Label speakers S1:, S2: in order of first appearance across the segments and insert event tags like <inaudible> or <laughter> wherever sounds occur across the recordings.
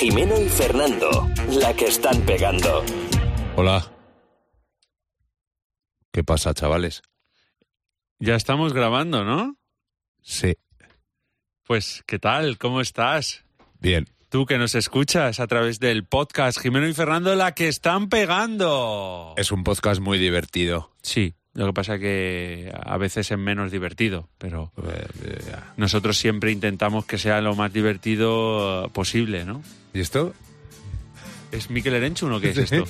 S1: Jimeno y Fernando, la que están pegando.
S2: Hola. ¿Qué pasa, chavales?
S3: Ya estamos grabando, ¿no?
S2: Sí,
S3: Pues, ¿qué tal? ¿Cómo estás?
S2: bien.
S3: Tú que nos escuchas a través del podcast Jimeno y Fernando, la que están pegando.
S2: Es un podcast muy divertido.
S3: Sí, lo que pasa que a veces es menos divertido, pero
S2: Eh, eh,
S3: nosotros siempre intentamos que sea lo más divertido eh, posible, ¿no?
S2: ¿Y esto?
S3: ¿Es Miquel Erenchun o qué
S2: <laughs>
S3: es esto?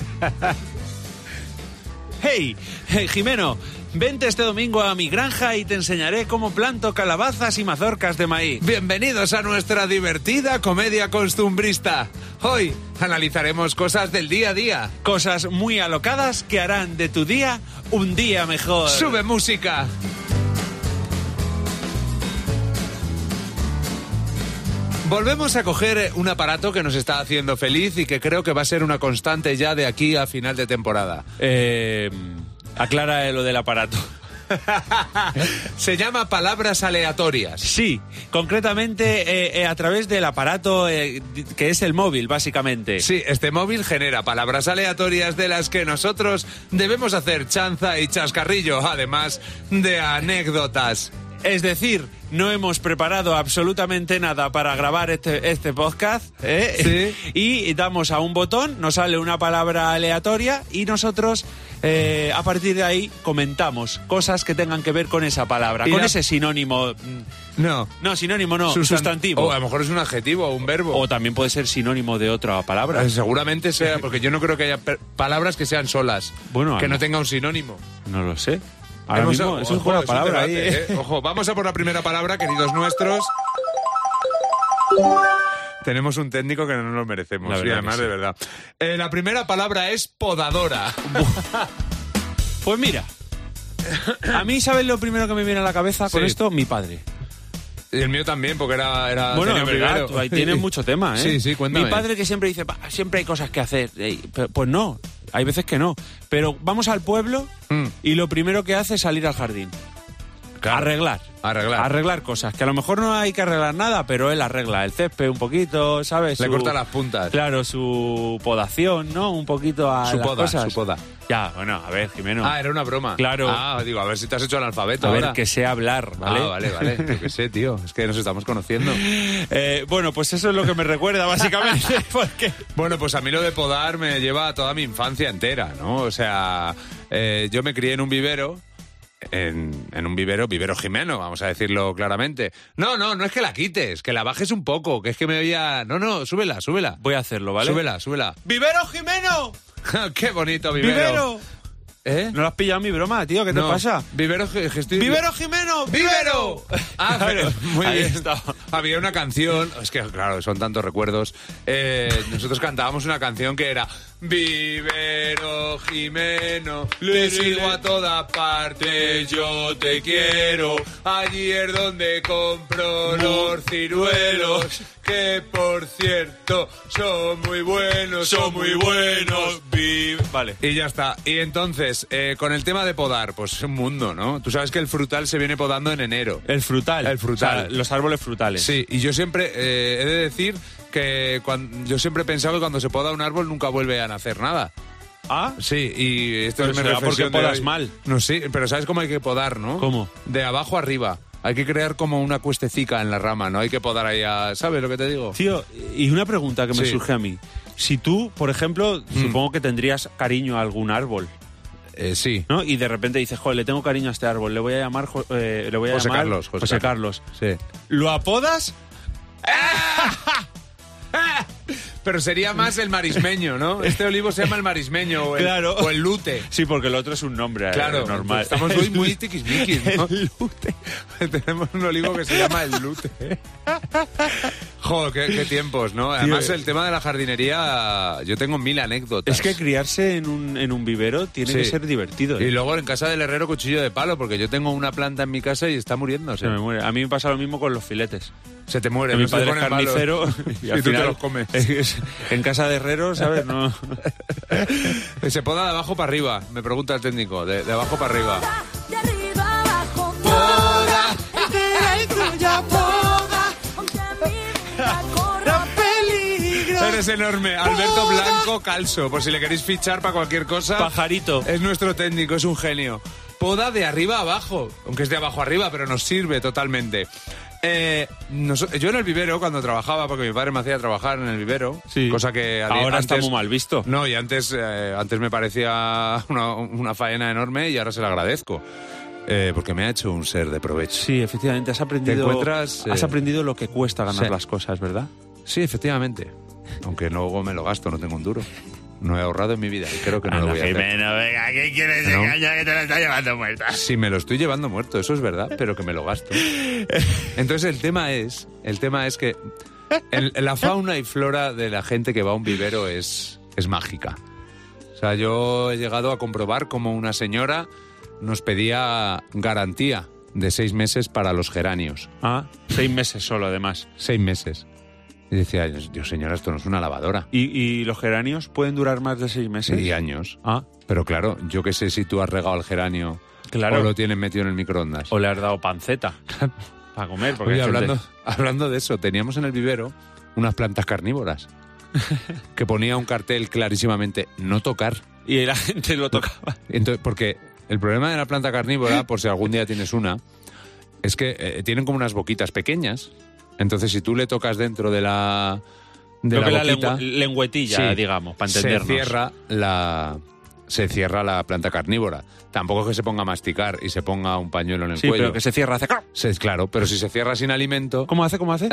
S3: ¡Hey! eh, Jimeno, vente este domingo a mi granja y te enseñaré cómo planto calabazas y mazorcas de maíz.
S2: Bienvenidos a nuestra divertida comedia costumbrista. Hoy analizaremos cosas del día a día.
S3: Cosas muy alocadas que harán de tu día un día mejor.
S2: Sube música. Volvemos a coger un aparato que nos está haciendo feliz y que creo que va a ser una constante ya de aquí a final de temporada. <laughs>
S3: Eh, aclara lo del aparato.
S2: Se llama Palabras Aleatorias.
S3: Sí, concretamente eh, eh, a través del aparato eh, di- que es el móvil, básicamente.
S2: Sí, este móvil genera palabras aleatorias de las que nosotros debemos hacer chanza y chascarrillo, además de anécdotas.
S3: Es decir, no hemos preparado absolutamente nada para grabar este, este podcast. ¿eh? <laughs> Y damos a un botón, nos sale una palabra aleatoria y nosotros eh, a partir de ahí comentamos cosas que tengan que ver con esa palabra,
S2: Y
S3: con
S2: la-
S3: ese sinónimo. mm,
S2: No.
S3: No, sinónimo no,
S2: Sustan-
S3: sustantivo.
S2: O Oh, a lo mejor es un adjetivo o un verbo.
S3: O también puede ser sinónimo de otra palabra.
S2: Eh, Seguramente sea, porque yo no creo que haya per- palabras que sean solas.
S3: Bueno,
S2: que
S3: a-
S2: no tenga un sinónimo.
S3: No lo sé. Ahora
S2: Hemos-
S3: mismo, eso es
S2: ojo,
S3: una
S2: un
S3: palabra ahí,
S2: debate,
S3: ¿eh?
S2: ¿eh? Ojo, vamos a por la primera palabra, queridos nuestros. Tenemos un técnico que no nos merecemos,
S3: La
S2: y
S3: verdad
S2: además,
S3: que sí.
S2: de verdad. Eh, la primera palabra es podadora.
S3: <laughs> Pues mira, a mí, ¿sabes lo primero que me viene a la cabeza con
S2: Sí.
S3: esto? Mi padre.
S2: Y el mío también, porque era. era
S3: Bueno,
S2: tenía
S3: es verdad,
S2: primero.
S3: tú ahí tienes mucho tema,
S2: <laughs>
S3: ¿eh?
S2: Sí, sí, cuéntame.
S3: Mi padre que siempre dice, "Bah, siempre hay cosas que hacer. Ey, pe- Pues no, hay veces que no. Pero vamos al pueblo
S2: Mm.
S3: y lo primero que hace es salir al jardín. Arreglar.
S2: Arreglar.
S3: Arreglar cosas, que a lo mejor no hay que arreglar nada, pero él arregla el césped un poquito, ¿sabes?
S2: Le
S3: Su-
S2: corta las puntas.
S3: Claro, su podación, ¿no? Un poquito a
S2: Su
S3: las
S2: poda,
S3: cosas.
S2: su poda.
S3: Ya, bueno, a ver, Jimeno.
S2: Ah, era una broma.
S3: Claro.
S2: Ah, digo, a ver si te has hecho el alfabeto.
S3: A ver,
S2: ahora.
S3: que sé hablar, ¿vale?
S2: Ah, vale,
S3: <laughs>
S2: vale. Yo qué sé, tío. Es que nos estamos conociendo.
S3: Eh, bueno, pues eso es lo que me
S2: <laughs>
S3: recuerda, básicamente, porque...
S2: Bueno, pues a mí lo de podar me lleva a toda mi infancia entera, ¿no? O sea, eh, yo me crié en un vivero. En, en un vivero, vivero Jimeno, vamos a decirlo claramente. No, no, no es que la quites, que la bajes un poco, que es que me había... No, no, súbela, súbela.
S3: Voy a hacerlo, ¿vale?
S2: Súbela, súbela.
S3: ¡Vivero Jimeno!
S2: <laughs> ¡Qué bonito, vivero!
S3: ¡Vivero!
S2: ¿Eh?
S3: ¿No lo has pillado mi broma, tío? ¿Qué
S2: No.
S3: te pasa?
S2: Vivero, ge- gestión-
S3: ¡Vivero Jimeno! <laughs>
S2: ¡Vivero! Ah,
S3: Claro,
S2: pero- muy
S3: ahí
S2: bien.
S3: está.
S2: Había una canción, es que claro, son tantos recuerdos. Eh, nosotros cantábamos una canción que era Vivero Jimeno, le sigo a toda parte, yo te quiero. Allí es donde compro los ciruelos, que por cierto son muy buenos, son muy buenos.
S3: Vi- Vale.
S2: Y ya está. Y entonces, eh, con el tema de podar, pues un mundo, ¿no? Tú sabes que el frutal se viene podando en enero.
S3: El frutal.
S2: El frutal.
S3: O sea, los árboles frutales.
S2: Sí, y yo siempre eh, he de decir que cuan- yo siempre he pensado que cuando se poda un árbol nunca vuelve a nacer nada.
S3: ¿Ah?
S2: Sí, y esto
S3: Pero
S2: es mi
S3: será
S2: reflexión
S3: porque
S2: de
S3: podas
S2: hoy.
S3: mal.
S2: No sí, pero ¿sabes cómo hay que podar, no?
S3: ¿Cómo?
S2: De abajo arriba. Hay que crear como una cuestecica en la rama, ¿no? Hay que podar ahí a... ¿Sabes lo que te digo?
S3: Tío, y una pregunta que me
S2: Sí. Mm.
S3: surge a mí. Si tú, por ejemplo, supongo que tendrías cariño a algún árbol,
S2: Eh, sí.
S3: ¿no? Y de repente dices, joder, le tengo cariño a este árbol, le voy a llamar, Jo- eh, le voy a
S2: José
S3: llamar
S2: Carlos, José
S3: Carlos.
S2: Sí.
S3: ¿Lo apodas?
S2: Pero sería más el marismeño,
S3: <laughs>
S2: ¿no? Este olivo se llama el marismeño o el,
S3: Claro.
S2: o el lute.
S3: Sí, porque el otro es un nombre eh,
S2: Claro,
S3: normal. <laughs>
S2: estamos hoy muy tiquismiquis, ¿no?
S3: El lute. <laughs>
S2: Tenemos un olivo que se llama el lute. <laughs> Joder, qué, qué tiempos, ¿no? Además,
S3: Tío, eh.
S2: el tema de la jardinería, yo tengo mil anécdotas.
S3: Es que criarse en un, en un vivero tiene
S2: Sí.
S3: que ser divertido. eh.
S2: Y luego en casa del herrero cuchillo de palo, porque yo tengo una planta en mi casa y está muriéndose.
S3: Se me muere. A mí me pasa lo mismo con los filetes.
S2: Se te muere.
S3: Que mi
S2: no se
S3: padre es
S2: ponen malos. <laughs>
S3: carnicero y,
S2: Y,
S3: al
S2: tú
S3: final-
S2: te los comes.
S3: <laughs> es- en casa de herrero,
S2: <laughs>
S3: ¿sabes? No.
S2: se poda de abajo para arriba, me pregunta el técnico. De, de abajo para arriba.
S4: De arriba abajo,
S3: Era
S2: es enorme. Alberto Blanco Calso, por si le queréis fichar para cualquier cosa.
S3: Pajarito.
S2: Es nuestro técnico, es un genio. Poda de arriba a abajo, aunque es de abajo a arriba, pero nos sirve totalmente. Eh, nos- yo en el vivero, cuando trabajaba, porque mi padre me hacía trabajar en el vivero,
S3: Sí.
S2: cosa que al-
S3: Ahora está muy mal visto.
S2: No, y antes, eh, antes me parecía una, una faena enorme y ahora se la agradezco, eh, porque me ha hecho un ser de provecho.
S3: Sí, efectivamente, has aprendido,
S2: encuentras, eh,
S3: has aprendido lo que cuesta ganar
S2: sí.
S3: las cosas, ¿verdad?
S2: Sí, efectivamente. Aunque luego me lo gasto, no tengo un duro. No he ahorrado en mi vida y creo que no lo
S3: Ana
S2: voy a hacer.
S3: Jimeno, venga, ¿qué quieres
S2: No.
S3: engañar que te la está llevando muerta?
S2: Si me lo estoy llevando muerto, eso es verdad, pero que me lo gasto. Entonces el tema es, el tema es que el- la fauna y flora de la gente que va a un vivero es, es mágica. O sea, yo he llegado a comprobar como una señora nos pedía garantía de seis meses para los geranios.
S3: Ah, seis meses solo, además.
S2: Seis meses. Y decía, Dios señora, esto no es una lavadora.
S3: ¿Y, y los geranios pueden durar más de seis meses?
S2: Y años.
S3: Ah,
S2: Pero claro, yo qué sé si tú has regado el geranio
S3: Claro.
S2: o lo tienes metido en el microondas.
S3: o le has dado <laughs> panceta para comer. Porque
S2: Oye,
S3: hay gente-
S2: hablando, <laughs> hablando de eso, teníamos en el vivero unas plantas
S3: <laughs>
S2: carnívoras que ponía un cartel clarísimamente no tocar.
S3: Y la gente lo tocaba.
S2: Entonces, porque el problema de la planta carnívora, por si algún día tienes una, es que eh, tienen como unas boquitas pequeñas. Entonces, si tú le tocas dentro de la de
S3: Lo
S2: la
S3: que la
S2: boquita,
S3: lengua- lengüetilla,
S2: Sí.
S3: digamos, para entendernos.
S2: Se cierra la se cierra la planta carnívora. Tampoco es que se ponga a masticar y se ponga un pañuelo en el
S3: Sí,
S2: cuello.
S3: pero que se cierra hace...
S2: Se- claro, pero si se cierra sin alimento,
S3: ¿Cómo hace? ¿Cómo hace?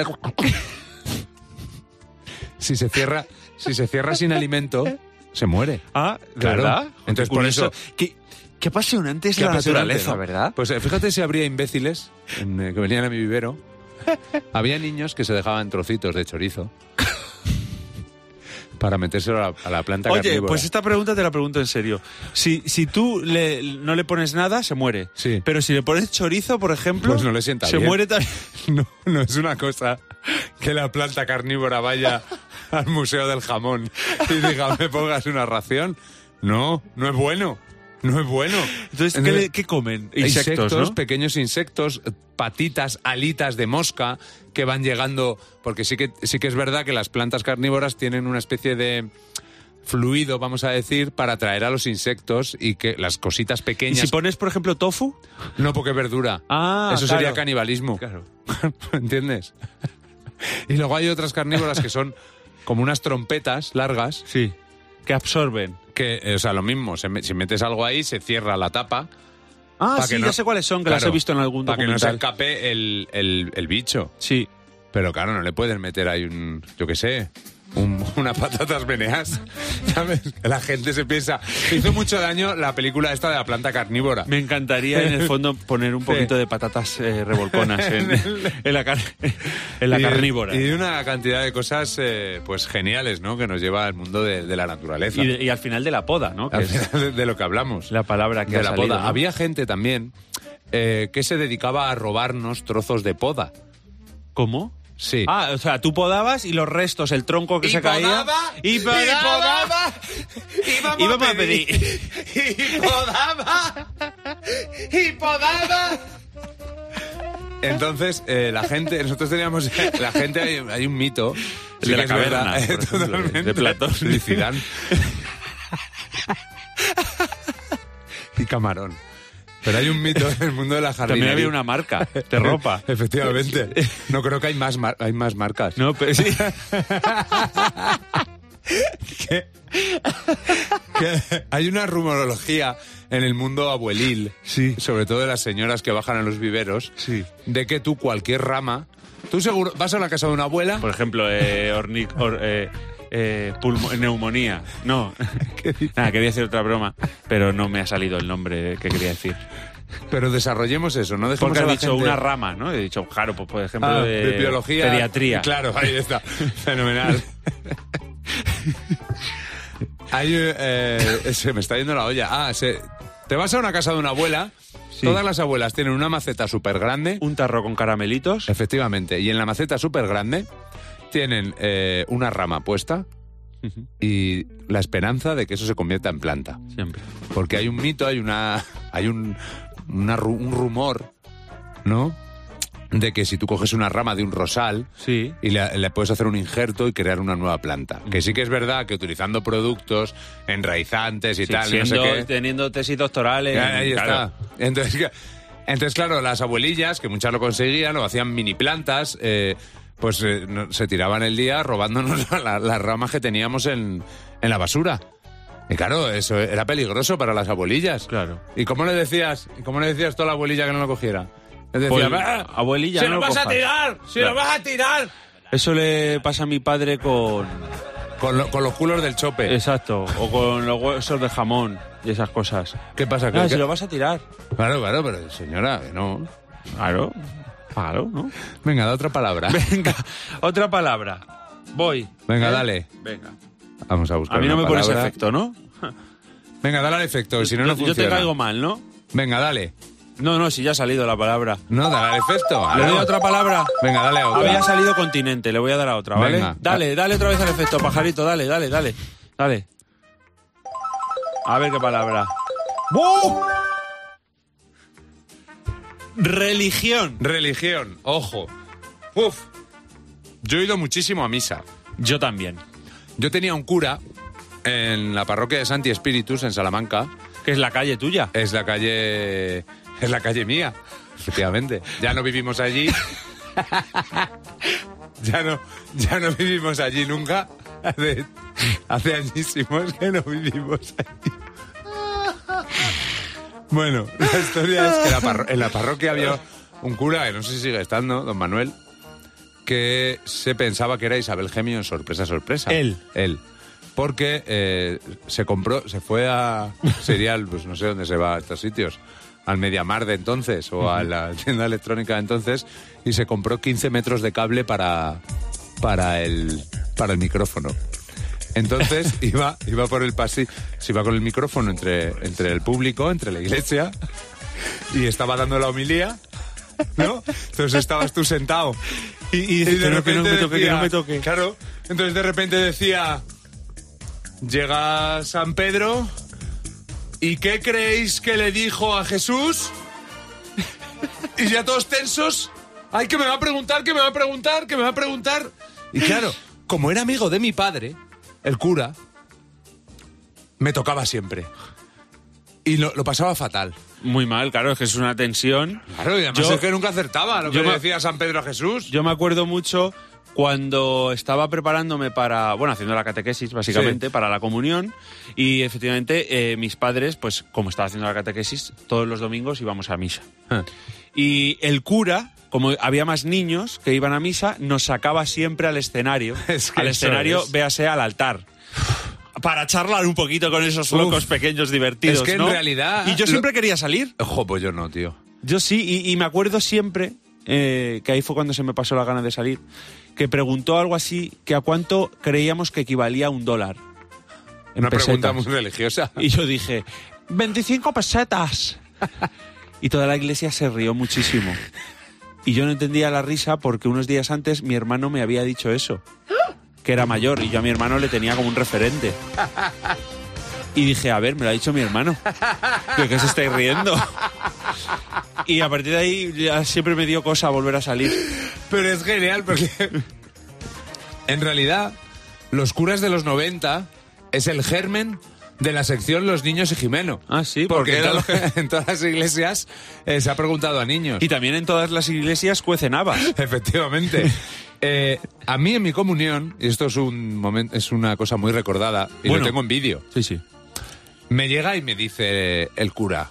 S2: si se cierra, si se cierra sin alimento, se muere.
S3: Ah, ¿de
S2: Claro.
S3: ¿verdad?
S2: Entonces,
S3: Qué
S2: por
S3: curioso.
S2: eso-
S3: Qué, qué apasionante es
S2: Qué
S3: la
S2: apasionante,
S3: naturaleza,
S2: ¿no?
S3: ¿verdad?
S2: Pues eh, fíjate si habría imbéciles en, eh, que venían a mi
S3: <laughs>
S2: vivero. Había niños que se dejaban trocitos de
S3: <laughs>
S2: chorizo para metérselo a la, a la planta
S3: Oye,
S2: carnívora.
S3: pues esta pregunta te la pregunto en serio. Si, si tú le- no le pones nada, se muere.
S2: Sí.
S3: Pero si le pones chorizo, por ejemplo,
S2: Pues no le sienta
S3: se
S2: bien.
S3: muere también.
S2: <laughs> No, no es una cosa que la planta carnívora vaya al Museo del Jamón y diga, me pongas una ración. No, no es bueno. No es bueno.
S3: Entonces, ¿qué, le- qué comen? Insectos, ¿no?
S2: pequeños insectos, patitas, alitas de mosca que van llegando, porque sí que, sí que es verdad que las plantas carnívoras tienen una especie de fluido, vamos a decir, para atraer a los insectos y que las cositas
S3: Y
S2: pequeñas...
S3: si pones, por ejemplo, tofu,
S2: No, porque es verdura.
S3: Ah,
S2: Eso
S3: claro.
S2: sería canibalismo.
S3: Claro.
S2: <laughs> ¿Entiendes? Y luego hay otras carnívoras que son como unas trompetas largas
S3: sí, que absorben.
S2: que, eh, o sea, lo mismo, se me- si metes algo ahí se cierra la tapa.
S3: Ah,
S2: pa'
S3: sí,
S2: que no-
S3: ya sé cuáles son, que las
S2: claro,
S3: he visto en algún
S2: Para que no se
S3: documental.
S2: escape el, el- el bicho.
S3: sí.
S2: Pero claro, no le pueden meter ahí un, yo qué sé, un- unas patatas veneas. <laughs> ¿Sabes? La gente se piensa, hizo mucho daño la película esta de la planta carnívora.
S3: Me encantaría en el fondo <laughs> poner un poquito de patatas eh, revolconas <laughs> en, en la, car- en la
S2: Y de-
S3: carnívora.
S2: Y
S3: Y,
S2: de una cantidad de cosas, eh, pues geniales, ¿no? Que nos lleva al mundo de, de la naturaleza.
S3: de- y al final de la poda, ¿no? Que
S2: Al
S3: es
S2: final de, de lo que hablamos.
S3: la palabra que
S2: de
S3: ha
S2: la
S3: salido,
S2: poda.
S3: ¿no?
S2: Había gente también eh, que se dedicaba a robarnos trozos de poda.
S3: ¿Cómo?
S2: Sí.
S3: Ah, o sea, tú podabas y los restos, el tronco que
S2: Y
S3: se caía.
S2: podaba,
S3: y podaba,
S2: íbamos,
S3: Íbamos a pedir.
S2: y podaba, y podaba. Entonces, eh, la gente, nosotros teníamos, <laughs> la gente, hay, hay un mito.
S3: El de la
S2: que es verdad, eh,
S3: caverna, por ejemplo, de-
S2: totalmente,
S3: de Platón.
S2: <laughs> de
S3: <laughs>
S2: Zidane. y Camarón. Pero hay un mito en el mundo de la jardinería.
S3: <laughs> También había una marca de ropa.
S2: <laughs> Efectivamente. No creo que hay más, mar- hay más marcas.
S3: No, pero sí.
S2: que hay una rumorología en el mundo abuelil,
S3: Sí.
S2: sobre todo de las señoras que bajan a los viveros,
S3: Sí.
S2: de que tú cualquier rama, tú seguro vas a la casa de una abuela,
S3: <laughs> Por ejemplo, eh, ornic- or- eh, eh, pulmo- neumonía.
S2: <laughs>
S3: No. Nada, quería hacer otra broma, pero no me ha salido el nombre que quería decir.
S2: pero desarrollemos eso, no dejemos
S3: Porque
S2: a
S3: has
S2: la
S3: dicho
S2: gente-
S3: una rama, ¿no? He dicho, claro, pues por ejemplo,
S2: Ah,
S3: de,
S2: de biología,
S3: Pediatría.
S2: Claro, <laughs> ahí está, fenomenal. Hay, eh, se me está yendo la olla. Ah, se- te vas a una casa de una abuela,
S3: Sí.
S2: todas las abuelas tienen una maceta súper grande.
S3: <laughs> Un tarro con caramelitos.
S2: Efectivamente. Y en la maceta súper grande tienen eh, una rama puesta
S3: Ujú.
S2: y la esperanza de que eso se convierta en planta.
S3: Siempre.
S2: Porque hay un mito, hay una. hay un. una ru- un rumor, ¿no? de que si tú coges una rama de un rosal
S3: Sí.
S2: y la- le, puedes hacer un injerto y crear una nueva planta. Que sí que es verdad que utilizando productos enraizantes y
S3: Sí,
S2: tal, no sé
S3: siendo-
S2: qué.
S3: teniendo tesis doctorales.
S2: Ya, Ahí
S3: claro.
S2: está. Entonces, <laughs> que- entonces, claro, las abuelillas, que muchas lo conseguían, o hacían mini plantas, eh, pues eh, no- se tiraban el día robándonos <laughs> la- las ramas que teníamos en, en la basura. Y claro, eso era peligroso para las abuelillas.
S3: Claro.
S2: ¿Y cómo le decías? ¿Y cómo le decías tú a la abuelilla que no lo cogiera? Le
S3: Pues,
S2: decía, "Ah,
S3: abuelilla,
S2: si
S3: no
S2: lo
S3: lo
S2: vas a
S3: cojas".
S2: tirar, si
S3: Claro.
S2: lo vas a tirar.
S3: Eso le pasa a mi padre con.
S2: Con, lo- con los culos del chope.
S3: Exacto. O con los huesos de jamón y esas cosas.
S2: ¿Qué pasa?
S3: Ah,
S2: ¿Qué-
S3: si
S2: qué-
S3: lo vas a tirar.
S2: Claro, claro, pero señora, que no.
S3: Claro. Claro, ¿no?
S2: Venga, da otra palabra.
S3: <laughs> Venga, otra palabra. Voy.
S2: Venga, dale.
S3: Venga.
S2: Vamos a buscar.
S3: ¿Eh? A mí no
S2: una
S3: me pones
S2: palabra.
S3: efecto, ¿no?
S2: Venga, dale al efecto, que si no,
S3: Yo-
S2: no
S3: Yo te
S2: funciona.
S3: caigo mal, ¿no?
S2: Venga, dale.
S3: No, no, si ya ha salido la palabra.
S2: No, dale al efecto.
S3: Le
S2: Dale.
S3: doy otra palabra.
S2: Venga, dale a otra.
S3: Había salido continente, le voy a dar a otra, ¿vale?
S2: Venga.
S3: Dale, dale otra vez al efecto, pajarito, dale, dale, dale. Dale. A ver qué palabra. Religión.
S2: Religión, ojo. Uf. Yo he ido muchísimo a misa.
S3: Yo también.
S2: Yo tenía un cura en la parroquia de Santi Espíritus, en Salamanca.
S3: Que es la calle tuya.
S2: Es la calle. Es la calle mía, efectivamente. Ya no vivimos
S3: <laughs>
S2: allí. ya, no, ya no vivimos allí nunca. Hace, hace añísimos que no vivimos allí. Bueno, la historia es que la parro- en la parroquia había un cura, que no sé si sigue estando, don Manuel, que se pensaba que era Isabel Gemio en sorpresa, sorpresa.
S3: Él.
S2: Él. Porque eh, se compró, se fue a Serial, pues no sé dónde se va a estos sitios, al Mediamar de entonces o a la tienda electrónica de entonces, y se compró 15 metros de cable para, para, el, para el micrófono. Entonces <laughs> iba, iba por el pasillo, se iba con el micrófono entre, entre el público, entre la iglesia, y estaba dando la homilía, ¿no? Entonces estabas tú sentado. Y, y
S3: dices, "Pero que no me toque, que no me toque".
S2: Claro, entonces de repente decía, llega San Pedro, ¿y qué creéis que le dijo a Jesús? Y ya todos tensos, ¡ay, que me va a preguntar, que me va a preguntar, que me va a preguntar! Y claro, como era amigo de mi padre, el cura, me tocaba siempre. Y lo- lo pasaba fatal.
S3: Muy mal, claro, es que es una tensión.
S2: Claro, y además
S3: Yo-
S2: es que nunca acertaba lo que
S3: yo
S2: le
S3: me-
S2: decía San Pedro a Jesús.
S3: Yo me acuerdo mucho cuando estaba preparándome para, bueno, haciendo la catequesis básicamente, para la comunión, y efectivamente eh, mis padres, pues como estaba haciendo la catequesis, todos los domingos íbamos a misa. Y el cura, como había más niños que iban a misa, nos sacaba siempre al <laughs> escenario,
S2: Es que
S3: al
S2: eso
S3: escenario,
S2: es.
S3: véase al altar. Para charlar un poquito con esos locos
S2: Uf.
S3: pequeños divertidos.
S2: Es que en
S3: ¿no?
S2: realidad-
S3: Y yo
S2: lo-
S3: siempre quería salir.
S2: Ojo, pues yo no, tío.
S3: Yo sí, y, y me acuerdo siempre, eh, que ahí fue cuando se me pasó la gana de salir, que preguntó algo así, que a cuánto creíamos que equivalía un dólar. en
S2: Una pregunta
S3: pesetas.
S2: muy religiosa.
S3: Y yo dije, 25 pesetas. Y toda la iglesia se rió muchísimo. Y yo no entendía la risa porque unos días antes mi hermano me había dicho eso, que era mayor, y yo a mi hermano le tenía como un referente. Y dije, a ver, me lo ha dicho mi hermano. ¿De qué se estáis riendo? Y a partir de ahí ya siempre me dio cosa volver a salir.
S2: Pero es genial porque. en realidad, los curas de los 90 es el germen de la sección Los Niños y Jimeno.
S3: Ah, sí,
S2: porque
S3: porque
S2: en,
S3: era
S2: todas- <laughs> en todas las iglesias eh, se ha preguntado a niños.
S3: Y también en todas las iglesias cuecen habas. <laughs>
S2: Efectivamente. Eh, a mí en mi comunión, y esto es, un momento, es una cosa muy recordada, y
S3: Bueno.
S2: lo tengo en vídeo.
S3: Sí, sí.
S2: Me llega y me dice el cura,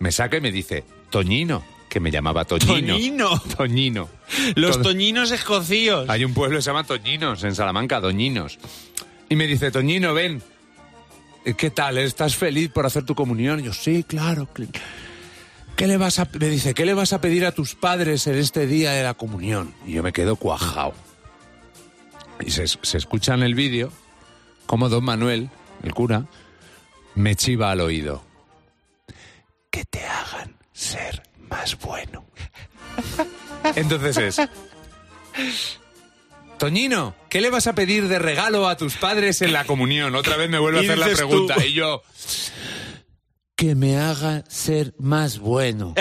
S2: me saca y me dice, Toñino, que me llamaba Toñino.
S3: ¡Toñino!
S2: Toñino.
S3: Los
S2: Todo-
S3: toñinos escocíos.
S2: Hay un pueblo que se llama Toñinos, en Salamanca, Doñinos. Y me dice, Toñino, ven, Eh, ¿qué tal? ¿Estás feliz por hacer tu comunión? Y yo, sí, claro. cl- ¿Qué le vas a, me dice, ¿qué le vas a pedir a tus padres en este día de la comunión? Y yo me quedo cuajao. Y se, es- se escucha en el vídeo como don Manuel, el cura, me chiva al oído. Que te hagan ser más
S3: <laughs>
S2: bueno. Entonces es... Toñino, ¿qué le vas a pedir de regalo a tus padres en la comunión? Otra vez me vuelve a
S3: Y
S2: hacer la
S3: dices
S2: pregunta.
S3: tú.
S2: Y yo,
S3: <laughs>
S5: que me haga ser más bueno.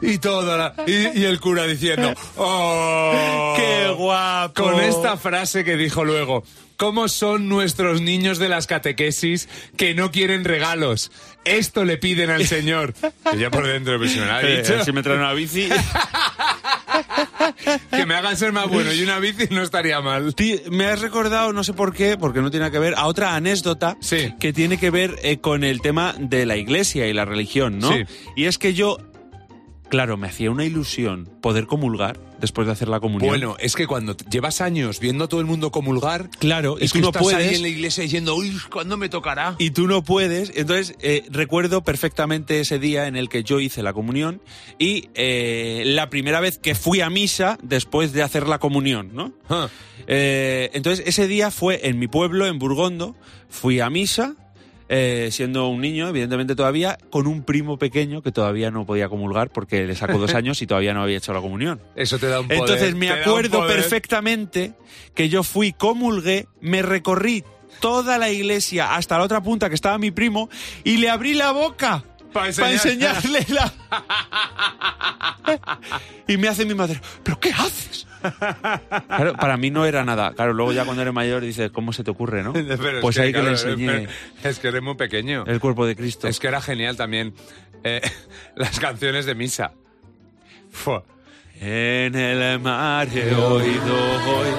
S2: y todo. la- y, y el cura diciendo, ¡Oh!
S3: <laughs> ¡Qué guapo!
S2: Con esta frase que dijo luego. ¿Cómo son nuestros niños de las catequesis que no quieren regalos? Esto le piden al
S3: <laughs>
S2: Señor. Que ya por dentro, pero si me lo ha
S3: Eh,
S2: dicho.
S3: si me traen una bici.
S2: Que me hagan ser más bueno y una bici no estaría mal.
S3: <laughs> Ti- me has recordado, no sé por qué, porque no tiene nada que ver, a otra anécdota
S2: Sí.
S3: que tiene que ver eh, con el tema de la iglesia y la religión, ¿no?
S2: Sí.
S3: Y es que yo, claro, me hacía una ilusión poder comulgar después de hacer la comunión.
S2: Bueno, es que cuando t- llevas años viendo a todo el mundo comulgar,
S3: Claro, y
S2: es
S3: tú
S2: que
S3: no
S2: estás
S3: puedes.
S2: ahí en la iglesia diciendo, uy, ¿cuándo me tocará?
S3: y tú no puedes. Entonces, eh, recuerdo perfectamente ese día en el que yo hice la comunión y eh, la primera vez que fui a misa después de hacer la comunión, ¿no?
S2: Ah.
S3: Eh, entonces, ese día fue en mi pueblo, en Burgondo, fui a misa. eh, siendo un niño, evidentemente todavía, con un primo pequeño que todavía no podía comulgar porque le sacó dos años y todavía no había hecho la comunión.
S2: Eso te da un poder.
S3: Entonces
S2: te
S3: me
S2: da un
S3: acuerdo
S2: poder.
S3: perfectamente que yo fui, comulgué, me recorrí toda la iglesia hasta la otra punta que estaba mi primo y le abrí la boca
S2: Pa'
S3: pa'
S2: enseñar-
S3: enseñarle
S2: <laughs>
S3: la... y me hace mi madre, ¿pero qué haces? Claro, para mí no era nada. Claro, luego ya cuando eres mayor dices, ¿cómo se te ocurre,
S2: <laughs> <laughs>
S3: no?
S2: Pero es
S3: pues ahí que
S2: claro,
S3: le enseñé
S2: pero Es que eres muy pequeño.
S3: el cuerpo de Cristo.
S2: Es que era genial también eh, <laughs> las canciones de misa. Fua.
S3: En el mar he oído hoy.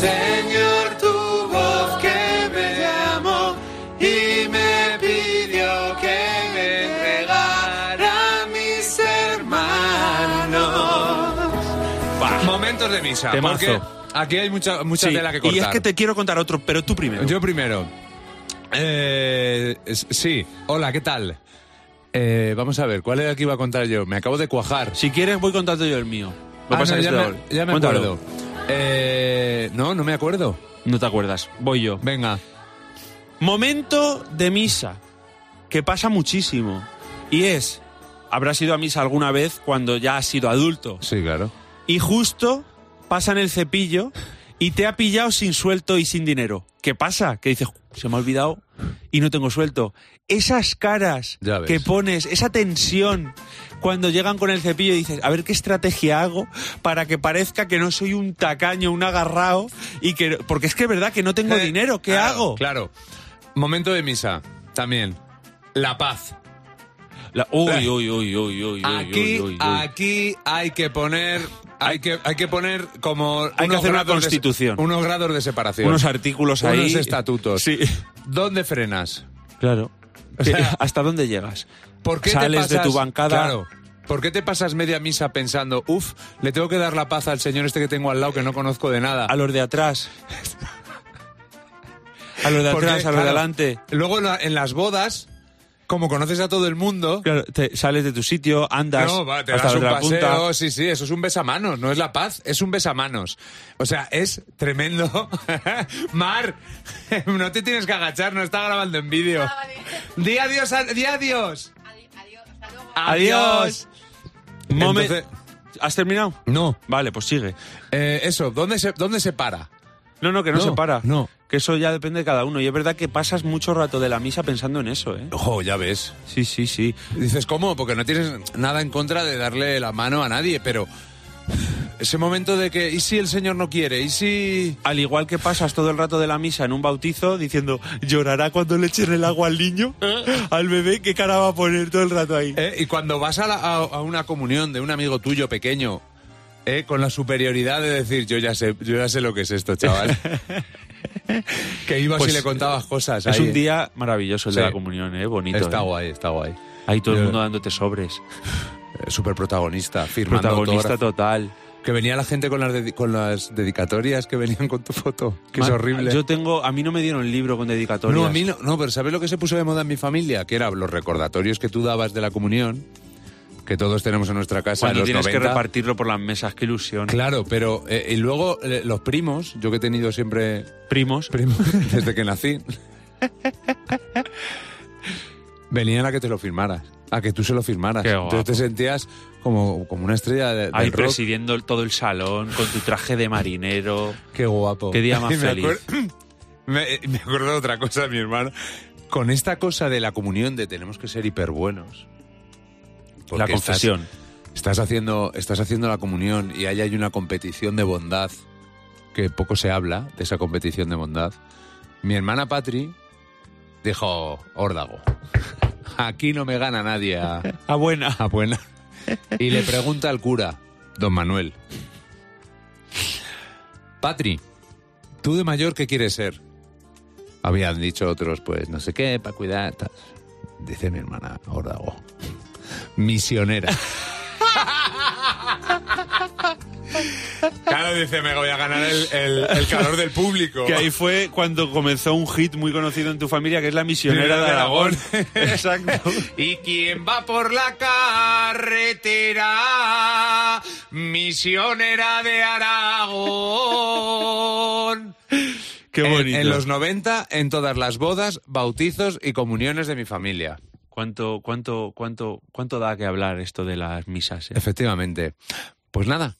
S3: Señor, tu voz que me llamó y me pidió que me entregara a mis hermanos.
S2: Momentos de misa.
S3: Temazo.
S2: Porque aquí hay mucha, mucha tela que cortar.
S3: y es que te quiero contar otro, pero tú primero.
S2: Yo primero. Eh, s- sí, hola, ¿qué tal? Eh, vamos a ver, ¿cuál era el que iba a contar yo? Me acabo de cuajar.
S3: Si quieres voy contando yo el mío. Lo
S2: Ah,
S3: pasa
S2: no,
S3: que
S2: ya,
S3: es de
S2: me,
S3: ahora.
S2: ya me
S3: Cuéntalo.
S2: acuerdo. Eh, no, no me acuerdo.
S3: No te acuerdas. Voy yo.
S2: Venga.
S3: Momento de misa, que pasa muchísimo. Y es, habrás ido a misa alguna vez cuando ya has sido adulto.
S2: Sí, claro.
S3: Y justo pasan el cepillo y te ha pillado sin suelto y sin dinero. ¿Qué pasa? Que dices, se me ha olvidado y no tengo suelto. Esas caras
S2: Ya ves.
S3: que pones, esa tensión cuando llegan con el cepillo y dices, a ver qué estrategia hago para que parezca que no soy un tacaño, un agarrao y que porque es que es verdad que no tengo
S2: Eh,
S3: dinero, ¿qué
S2: claro,
S3: hago?
S2: Claro. Momento de misa. También. La paz.
S3: La- uy, uy, uy, uy, uy, uy,
S2: Eh. Aquí,
S3: uy, uy, uy.
S2: aquí hay que poner. Hay que, hay que poner como.
S3: Hay que
S2: unos
S3: hacer una
S2: grados de se-
S3: constitución.
S2: unos grados de separación.
S3: unos artículos ahí.
S2: Unos estatutos.
S3: Sí.
S2: ¿Dónde frenas?
S3: Claro.
S2: O sea,
S3: <laughs> ¿Hasta dónde llegas?
S2: ¿Por qué
S3: Sales
S2: te pasas,
S3: de tu bancada.
S2: Claro. ¿Por qué te pasas media misa pensando, uff, le tengo que dar la paz al señor este que tengo al lado que no conozco de nada?
S3: A los de atrás. A los de
S2: Porque,
S3: atrás, a los
S2: claro,
S3: de adelante.
S2: Luego en, la- en las bodas, como conoces a todo el mundo.
S3: Claro, te sales de tu sitio, andas
S2: No, va, te
S3: hasta
S2: das
S3: la
S2: un
S3: otra
S2: paseo,
S3: punta.
S2: sí, sí, eso es un besamanos, no es la paz, es un besamanos. O sea, es tremendo. <laughs> Mar, <laughs> no te tienes que agachar, no está grabando en vídeo. Di adiós, a- di adiós.
S3: Adiós. Momen-
S2: Entonces-
S3: ¿Has terminado?
S2: No,
S3: Vale, pues sigue.
S2: eh, eso, ¿dónde se, ¿dónde se para?
S3: No, no, que no,
S2: No,
S3: se para.
S2: no.
S3: Que eso ya depende de cada uno. Y es verdad que pasas mucho rato de la misa pensando en eso, ¿eh?
S2: Ojo, ya ves.
S3: Sí, sí, sí.
S2: Dices, ¿cómo? Porque no tienes nada en contra de darle la mano a nadie, pero ese momento de que, ¿y si el señor no quiere? ¿Y si...?
S3: Al igual que pasas todo el rato de la misa en un bautizo diciendo, llorará cuando le echen el agua al niño, al bebé, qué cara va a poner todo el rato ahí.
S2: Eh, Y cuando vas a, la- a- a una comunión de un amigo tuyo pequeño, eh, con la superioridad de decir, yo ya sé, yo ya sé lo que es esto,
S3: <laughs>
S2: chaval. que ibas
S3: Pues,
S2: y le contabas cosas.
S3: es
S2: ahí,
S3: un
S2: eh.
S3: día maravilloso el de
S2: Sí.
S3: la comunión, ¿eh? Bonito.
S2: Está
S3: ¿eh?
S2: guay, está guay.
S3: Ahí todo el
S2: Yo-
S3: mundo dándote sobres.
S2: Eh, Súper protagonista, firmando
S3: Protagonista
S2: autógrafos.
S3: total.
S2: Que venía la gente con las, dedi- con las dedicatorias que venían con tu foto. Que es
S3: Ma-
S2: horrible.
S3: Yo tengo, a mí no me dieron libro con dedicatorias.
S2: No, a mí no, no, pero ¿sabes lo que se puso de moda en mi familia? Que eran los recordatorios que tú dabas de la comunión, que todos tenemos en nuestra casa. en
S3: Cuando
S2: los
S3: tienes que
S2: 90.
S3: repartirlo por las mesas, qué ilusión.
S2: Claro, pero eh, y luego eh, los primos, yo que he tenido siempre
S3: <laughs> Primos.
S2: primos desde que nací, <laughs> venían a que te lo firmaras, a que tú se lo firmaras.
S3: Qué
S2: Entonces te
S3: guapo.
S2: sentías como, como una estrella de, del
S3: Ahí
S2: rock.
S3: presidiendo el- todo el salón con tu traje de marinero.
S2: Qué guapo.
S3: Qué
S2: <laughs>
S3: día más
S2: Y me
S3: feliz.
S2: acuer- me, me acuerdo de otra cosa, mi hermano. Con esta cosa de la comunión de tenemos que ser hiperbuenos. porque
S3: la confesión.
S2: Estás, estás haciendo, estás haciendo la comunión y ahí hay una competición de bondad que poco se habla de esa competición de bondad. Mi hermana Patri dijo, órdago, <laughs> aquí no me gana nadie a,
S3: Ah, buena.
S2: a buena. Y le pregunta al cura, don Manuel, Patri, ¿tú de mayor qué quieres ser? Habían dicho otros, pues no sé qué, para cuidar. tal. Dice mi hermana, órdago,
S3: <laughs>
S2: misionera. Claro, dice, me voy a ganar el, el- el calor del público.
S3: Que ahí fue cuando comenzó un hit muy conocido en tu familia, que es la misionera de Aragón. Exacto.
S2: <laughs> Y quien va por la carretera, misionera de Aragón.
S3: <laughs> Qué bonito.
S2: En, en los 90, en todas las bodas, bautizos y comuniones de mi familia.
S3: ¿Cuánto, cuánto, cuánto, cuánto da que hablar esto de las misas? eh?
S2: Efectivamente. Pues nada,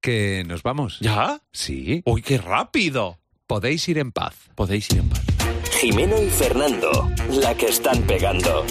S2: que nos vamos.
S3: ¿Ya?
S2: Sí,
S3: ¡Uy, qué rápido!
S2: podéis ir en paz.
S3: Podéis ir en paz.
S1: Jimeno y Fernando, la que están pegando.